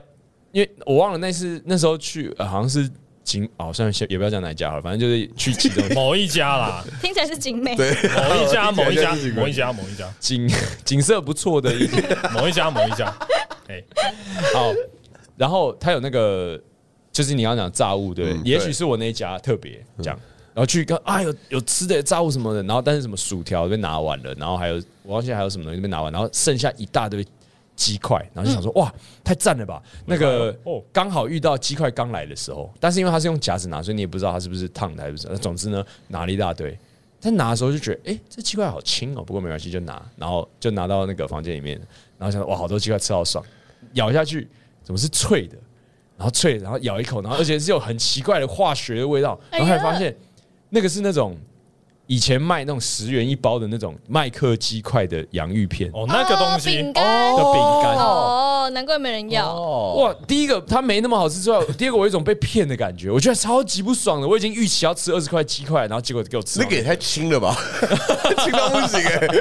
S2: 因为我忘了那次那时候去、呃好像是景，哦，算了，先也不要讲哪一家好了，反正就是去其中
S1: 某一家啦，
S4: 听起来是景美，
S1: 某一
S2: 哦
S1: 家，某一家，
S3: 听起来像是
S1: 某一家，某一家，
S2: 景景色不错的一个
S1: 某一家，某一家。哎，
S2: 好，然后他有那个就是你刚刚讲炸物，对不对？嗯
S3: 嗯
S2: 也许是我那一家特别这样。然后去看啊，有有吃的炸物什么的，然后但是什么薯条被拿完了，然后还有我忘记还有什么东西被拿完，然后剩下一大堆鸡块，然后就想说、哇，太赞了吧！那个
S1: 哦
S2: 刚好遇到鸡块刚来的时候，但是因为它是用夹子拿，所以你也不知道它是不是烫的还是什么。总之呢，拿了一大堆。但拿的时候就觉得，哎、这鸡块好轻哦，不过没关系，就拿，然后就拿到那个房间里面，然后想说，哇，好多鸡块吃好爽，咬下去怎么是脆的？然后脆，然后咬一口，然后而且是有很奇怪的化学的味道，然后还发现那个是那种以前卖那种十元一包的那种麦克鸡块的洋芋片的
S1: 哦，那个东
S4: 饼
S1: 西，
S4: 干
S2: 饼干。
S4: 哦，难怪没人要。
S3: 哦，
S2: 哇，第一个它没那么好吃之外，第二个我有一种被骗的感觉，我觉得超级不爽的。我已经预期要吃二十块鸡块，然后结果给我吃
S3: 那
S2: 到
S3: 个也太轻了吧， 轻到不行哎！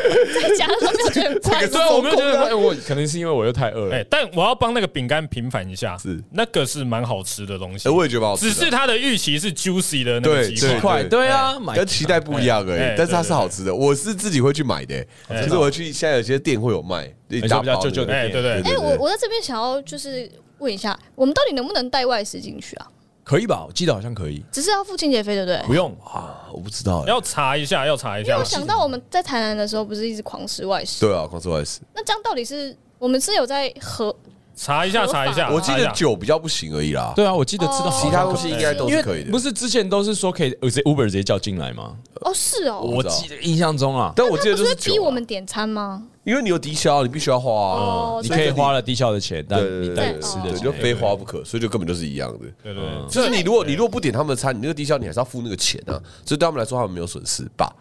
S4: 在家都没有觉得很快
S3: 这个
S2: 对
S4: 乐。
S2: 啊，我没有觉得，
S3: 这个
S2: 哎我可能是因为我又太饿了
S1: 哎，。但我要帮那个饼干平反一下，
S3: 是
S1: 那个是蛮好吃的东西
S3: 哎，。我也觉得蛮好吃
S1: 只
S3: 的，
S1: 是它的预期是 juicy 的那个
S3: 对
S1: 鸡
S3: 对
S1: 块，
S2: 快，对啊，买
S3: 跟期待不一样而
S1: 哎
S3: 已，但是它是好吃的，我是自己会去买的，欸
S1: 哎
S3: 就是我会去现在有些店会有卖一
S2: 哎
S3: 大
S2: 就比较
S3: 包
S2: 旧旧
S3: 的
S2: 的，
S1: 哎，对不对？
S4: 哎，我我在这边想要就是问一下，我们到底能不能带外食进去啊？
S2: 可以吧？我记得好像可以，
S4: 只是要付清洁费，对不对？
S2: 不用。
S3: 啊，我不知道哎，
S1: 要查一下，要查一
S4: 因为
S1: 下
S4: 我。想到我们在台南的时候，不是一直狂吃外食，
S3: 对啊，狂吃外食，
S4: 那这样到底是我们是有在合
S1: 查一下，
S4: 合法
S1: 查一下。
S3: 我记
S1: 查一
S3: 得
S1: 下
S3: 酒比较不行而已啦，
S2: 对啊，我记得吃的好像
S3: 其他
S2: 可以
S3: 东西应该都
S2: 因
S3: 是
S2: 为
S3: 可以的
S2: 不。是之前都是说可以呃直接 Uber 直接叫进来吗？
S4: 哦？是哦，
S3: 我不知道
S2: 得印象中啊，
S3: 但我记
S4: 他
S3: 得
S4: 不
S3: 就是
S4: 会
S3: 是
S4: 逼
S3: 酒啊，
S4: 我们点餐吗？
S3: 因为你有抵消，你必须要花啊，
S4: 哦，
S2: 你
S4: 所以
S2: 可以花了低效的钱，但
S3: 对对
S2: 你
S3: 对
S2: 带
S3: 对
S2: 吃
S3: 对，
S2: 的
S3: 你
S2: 钱
S3: 就非花不可，所以就根本就是一样的。嗯
S1: 对对对，
S3: 就是你如果你如果不点他们的餐，你那个低消你还是要付那个钱啊，所以对他们来说他们没有损失吧？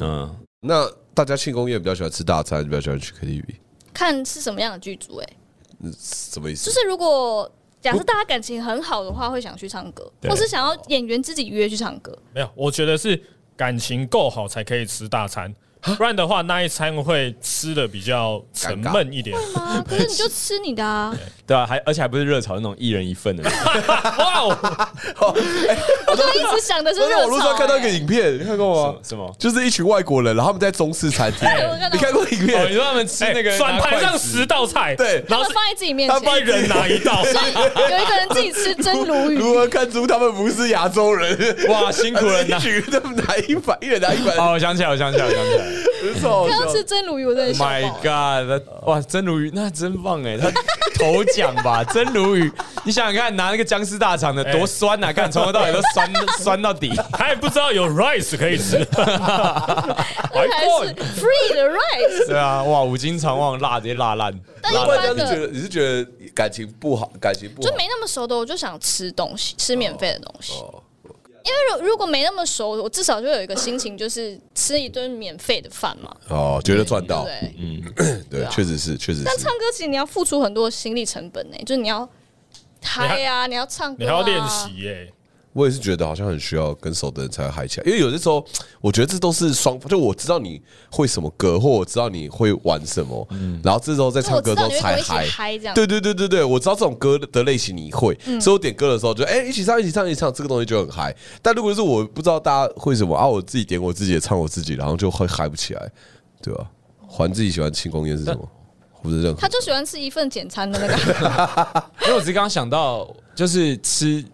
S2: 嗯，
S3: 那大家庆功宴比较喜欢吃大餐，比较喜欢去 KTV，
S4: 看是什么样的剧组哎、
S3: 什么意思
S4: 就？是如果假设大家感情很好的话，会想去唱歌，
S2: 对
S4: 或是想要演员自己约去唱歌。
S1: 没有，我觉得是感情够好才可以吃大餐，不然的话那一餐会吃的比较沉闷一点。
S4: 啊，可是你就吃你的啊，
S2: 对啊，还而且还不是热炒那种一人一份 的那种，
S1: 哇哦，
S4: 我就一直想的是
S3: 我在
S4: 热
S3: 网络上
S4: 炒、
S3: 看到一个
S4: 欸。
S3: 影片，你看过吗
S2: 什？什么
S3: 就是一群外国人，然后他们在中式 餐厅
S4: 我看，到
S3: 你看过 影
S2: 哦，你
S3: 片？
S2: 说他们吃那个
S1: 哎转盘
S2: 拿筷
S1: 上
S2: 子
S1: 十道菜，
S3: 对
S1: 然
S4: 我
S1: 后
S4: 放在自己面
S3: 他放
S1: 一
S4: 前，
S1: 人拿一 道，
S4: 有一个人自己吃蒸鲈 鱼，
S3: 如何看出他们不是亚洲人？
S2: 哇，辛苦 了
S3: 一
S2: 呐！
S3: 群他们拿一百，一人拿一百，
S2: 哦，我想起来，我想起来，我想起来。Oh
S3: 很好
S4: 看到
S3: 笑
S4: 吃。蒸鲈鱼，我真的笑
S2: My
S4: 爆了。
S2: God！哇，真鲈鱼那真棒哎，他头奖吧，真鲈鱼。你想想看，拿那个僵尸大肠的
S1: 哎
S2: 多酸 呐、看从头到尾都酸酸到底。
S1: 他也不知道有 rice 可以 吃。
S4: 那才是 free 的 rice。
S2: 对啊，哇，五斤肠旺辣直接辣烂，
S4: 但一
S2: 辣
S3: 难怪
S2: 烂
S3: 这样就觉得你是觉得感情不好，感情不好
S4: 就没那么熟的，我就想吃东西，吃免费的东西。因为如如果没那么熟，我至少就有一个心情，就是吃一顿免费的饭嘛，
S3: 哦，觉得赚
S4: 对不
S3: 到，嗯
S4: 对？
S3: 对，
S4: 啊
S3: 确实是，确实
S4: 但
S3: 是
S4: 唱。歌其实你要付出很多心力成本呢、就是你要嗨啊，你要唱歌、
S1: 你
S4: 啊，
S1: 还要练。习耶，
S3: 我也是觉得好像很需要跟熟的人才会嗨起来，因为有的时候我觉得这都是双，就我知道你会什么歌，或我知道你会玩什么，
S2: 嗯
S3: 然后这时候在唱歌之后才
S4: 就我知道你会跟我
S3: 嗨
S4: 一起嗨这样
S3: 对对对对对，我知道这种歌的类型你会，
S4: 嗯
S3: 所以我点歌的时候就哎、一起唱一起唱一起唱，这个东西就很嗨。但如果是我不知道大家会什么啊，我自己点我自己的唱我自己，然后就会嗨不起来，对吧、还自己喜欢庆功宴是什么？或者任何
S4: 他就喜欢吃一份简餐的那个，
S2: 因为我只是刚刚想到，就是吃，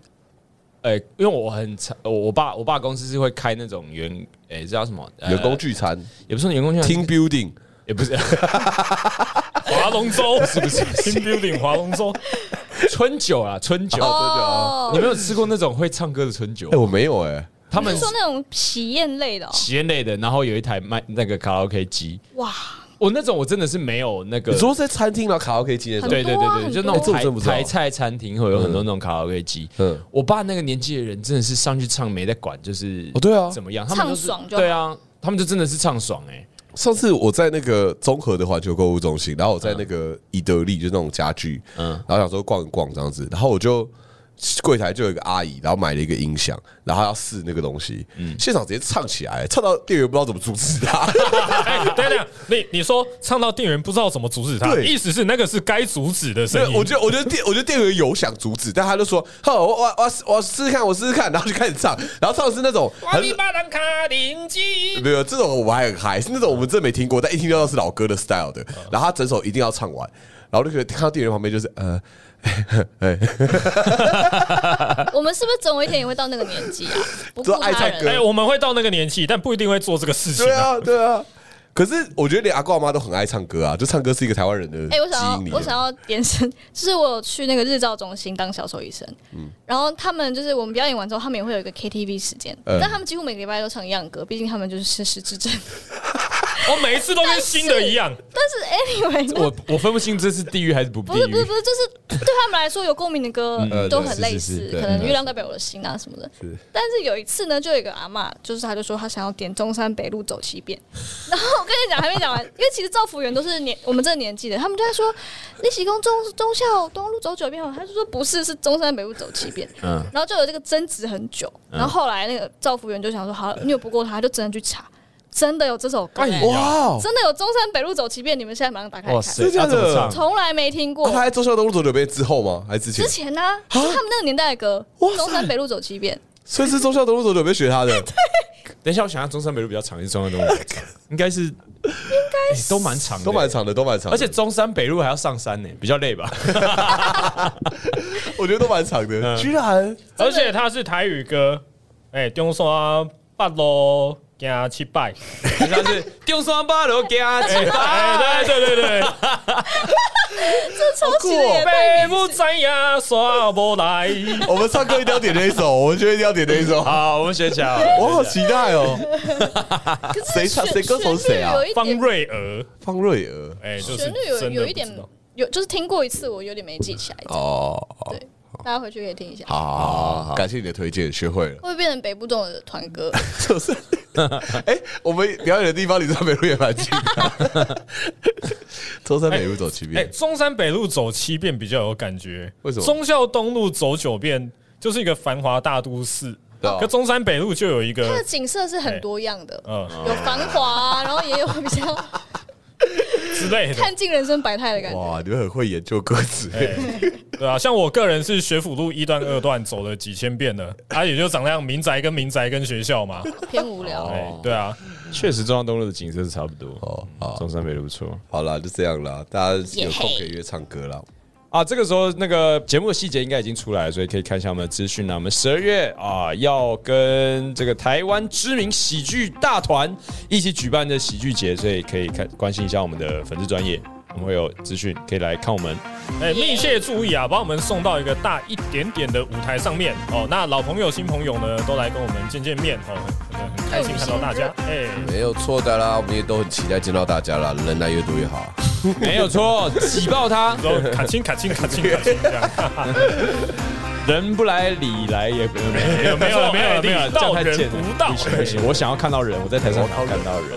S2: 呃、因为我很常我我爸我爸公司是会开那种员，哎、叫什么、呃
S3: 员工，聚餐、
S2: 也不是员工券，
S3: team building，
S4: 嗯
S2: 也不是
S1: 划龙舟是不是 ？Team Building 划龙 舟，
S2: 春酒啊，春酒。
S4: 哦
S2: 你没有吃过那种会唱歌的春酒
S3: 哎，？我没有哎，
S2: 他
S4: 你
S2: 们
S4: 是说那种喜宴类的哦，
S2: 实验类的，然后有一台卖那个卡拉 OK 机。
S4: 哇，
S2: 我那种我真的是没有那个
S3: 你，说在餐厅拿卡拉 OK 机那种，
S2: 对对
S4: 很多啊
S2: 对对，
S4: 很
S2: 就
S4: 多
S2: 那种
S3: 哎这我真不知
S2: 台
S3: 道
S2: 台菜餐厅会有很多那种卡拉 OK 机。
S3: 嗯
S2: 嗯，我爸那个年纪的人真的是上去唱没在管，就是
S3: 哦对啊
S2: 怎么样，他们就是
S4: 唱爽就好
S2: 对啊，他们就真的是唱爽哎。
S3: 上次我在那个综合的环球购物中心，然后我在那个宜得利，就那种家具，嗯，然后想说逛一逛这样子，然后我就柜台就有一个阿姨，然后买了一个音响，然后她要试那个东西，现场直接唱起来，唱到店员不知道怎么阻止她。
S1: 哎，等一下，你你说唱到店员不知道怎么阻止他，
S3: 对
S1: 意思是那个是该阻止的声
S3: 对，
S1: 音。
S3: 我觉得我觉得店我觉得店员有想阻止，但他就说：“呵，我我我我试试看，我试试看。”然后就开始唱，然后唱的是那种
S1: 瓦
S3: 很
S1: 力巴兰卡林基，
S3: 没有这种我们还很嗨，是那种我们真没听过，但一听到是老歌的 style 的，然后他整首一定要唱完，然后那个看到店员旁边就是呃，哎，
S4: 我们是不是总有一天也会到那个年纪啊？不
S3: 知道
S4: 顾
S3: 爱
S4: 他
S3: 唱歌
S4: 人，
S1: 哎，我们会到那个年纪，但不一定会做这个事情
S3: 对。啊，对啊。可是我觉得连阿公阿妈都很爱唱歌啊，就唱歌是一个台湾人的
S4: 哎、我
S3: 基因
S4: 想
S3: 里
S4: 要，
S3: 面。
S4: 我想要延伸，就是我有去那个日照中心当小丑医生，然后他们就是我们表演完之后，他们也会有一个 KTV 时间，
S3: 嗯
S4: 但他们几乎每个礼拜都唱一样歌，毕竟他们就是失智症。
S1: 我哦每一次都跟新的一样，
S4: 但是 anyway，那
S2: 我我分不清这是地狱还是不地
S4: 不是
S2: 狱
S4: 不是不是，就是对他们来说有共鸣的歌
S3: 嗯
S4: 都
S3: 呃
S4: 很
S3: 对
S4: 类
S3: 是是
S4: 似
S3: 是，对
S4: 可能月亮代表我的心啊什么的
S3: 是。
S4: 但是有一次呢，就有一个阿嬷，就是她就说她想要点中山北路走七遍， 然后我跟你讲还没讲完，因为其实造福员都是年我们这个年纪的，他们就在说立喜宫中中校东路走九遍好，他就说不是，是中山北路走七遍，
S2: 嗯
S4: 然后就有这个争执很久，
S3: 嗯
S4: 然后后来那个造福员就想说好，扭不过他，他就真的去查，真的有这首歌、
S1: 哎
S4: 欸
S1: 呀
S3: 哇哦，
S4: 真的有中山北路走七遍，你们现在马上打开来
S2: 哇
S4: 哎看。
S2: 塞，
S3: 真的
S2: 他
S3: 假的
S2: 怎么唱？
S4: 从来没听过
S3: 啊。他在中孝东路走九遍之后吗？还是之前
S4: 之？前呢、就是他们那个年代的歌，
S3: 啊哇塞
S4: 《中山北路走七遍
S3: 所以是中孝东路走九遍学他的。
S2: 等一下，我想下中山北路比较长，还是中山东路比较长？应该是，应该都蛮长的，
S3: 都蛮长的，都蛮长的，
S2: 而且中山北路还要上山呢，比较累 吧？
S3: 我觉得都蛮长的。居然
S1: 而且它是台语歌，哎，中山八路行七 拜，
S2: 就像是中山八路加
S1: 哎
S2: 起
S1: 哎，对对对 对，》，
S4: 这超级的
S3: 哦
S4: 也太
S1: 北不知呀，山不来。
S3: 我们唱歌一定要点那一首，我们就一定要点那一首。
S2: 好，我们学起来。
S3: 我好期待哦！
S4: 可是
S3: 谁唱
S4: 旋
S3: 谁歌手谁啊
S4: 旋律有一
S1: 哦方
S4: 点
S1: 瑞娥，
S3: 方瑞娥
S1: 哎，就是
S4: 旋律有
S1: 真的
S4: 有
S1: 不
S4: 一
S1: 知
S4: 点
S1: 道。
S4: 有，就是听过一次，我有点没记起来。
S3: 哦，好
S4: 对，大家回去可以听一下，
S3: 好好好，感谢你的推荐，学会了。
S4: 会不会变成北部粽的团歌。
S3: 嗯 就是，哎，我们表演的地方离中山北路也蛮近 的，中山北路走七
S1: 哎、
S3: 遍，
S1: 中山北路走七遍比较有感觉，
S3: 为什么
S1: 忠孝东路走九遍就是一个繁华大都市，
S3: 对啊
S1: 可中山北路就有一
S4: 它的
S1: 个，
S4: 景色是很多样的，
S1: 嗯、
S4: 有繁 华啊，然后也有比较
S1: 之类的。
S4: 看尽人生百态的感觉。
S3: 哇，你们很会研究歌词，
S1: 哎对啊，像我个人是学府路一段、二段走了几千遍了，啊，也就长那样，民宅跟民宅跟学校嘛，
S4: 偏无聊，
S1: 哎，对啊，
S2: 确实，中山东路的景色是差不多，
S3: 哦，好，
S2: 中山北路不错
S3: 好啦，就这样啦，大家有空
S4: 也嘿
S3: 可以约唱歌啦。
S2: 啊。这个时候，那个节目的细节应该已经出来了，所以可以看一下我们的资讯啊。我们十二月啊，要跟这个台湾知名喜剧大团一起举办的喜剧节，所以可以看关心一下我们的粉丝专业，我们会有资讯可以来看我们。
S1: 哎，密切注意啊，把我们送到一个大一点点的舞台上面哦。那老朋友、新朋友呢，都来跟我们见见面哦，很很很开心看到大家，哎、
S3: 没有错的啦，我们也都很期待见到大家啦，人来越多越好啊。
S2: 没有错，挤爆他，
S1: 然后卡亲卡亲卡亲卡亲这样。
S2: 人不来理来也不没有
S1: 没有了没有了
S2: 哎
S1: 没有了
S2: 礼到
S1: 这样太
S2: 人
S1: 贱了
S2: 不到，
S1: 不行不行
S2: 我想要看到人，我在台上想要看到人。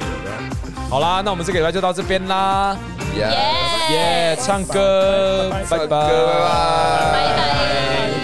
S2: 好啦，那我们这个礼拜就到这边啦，
S3: 耶
S4: 耶，
S2: 耶，唱歌，拜拜，
S3: 唱歌拜拜
S4: 拜拜。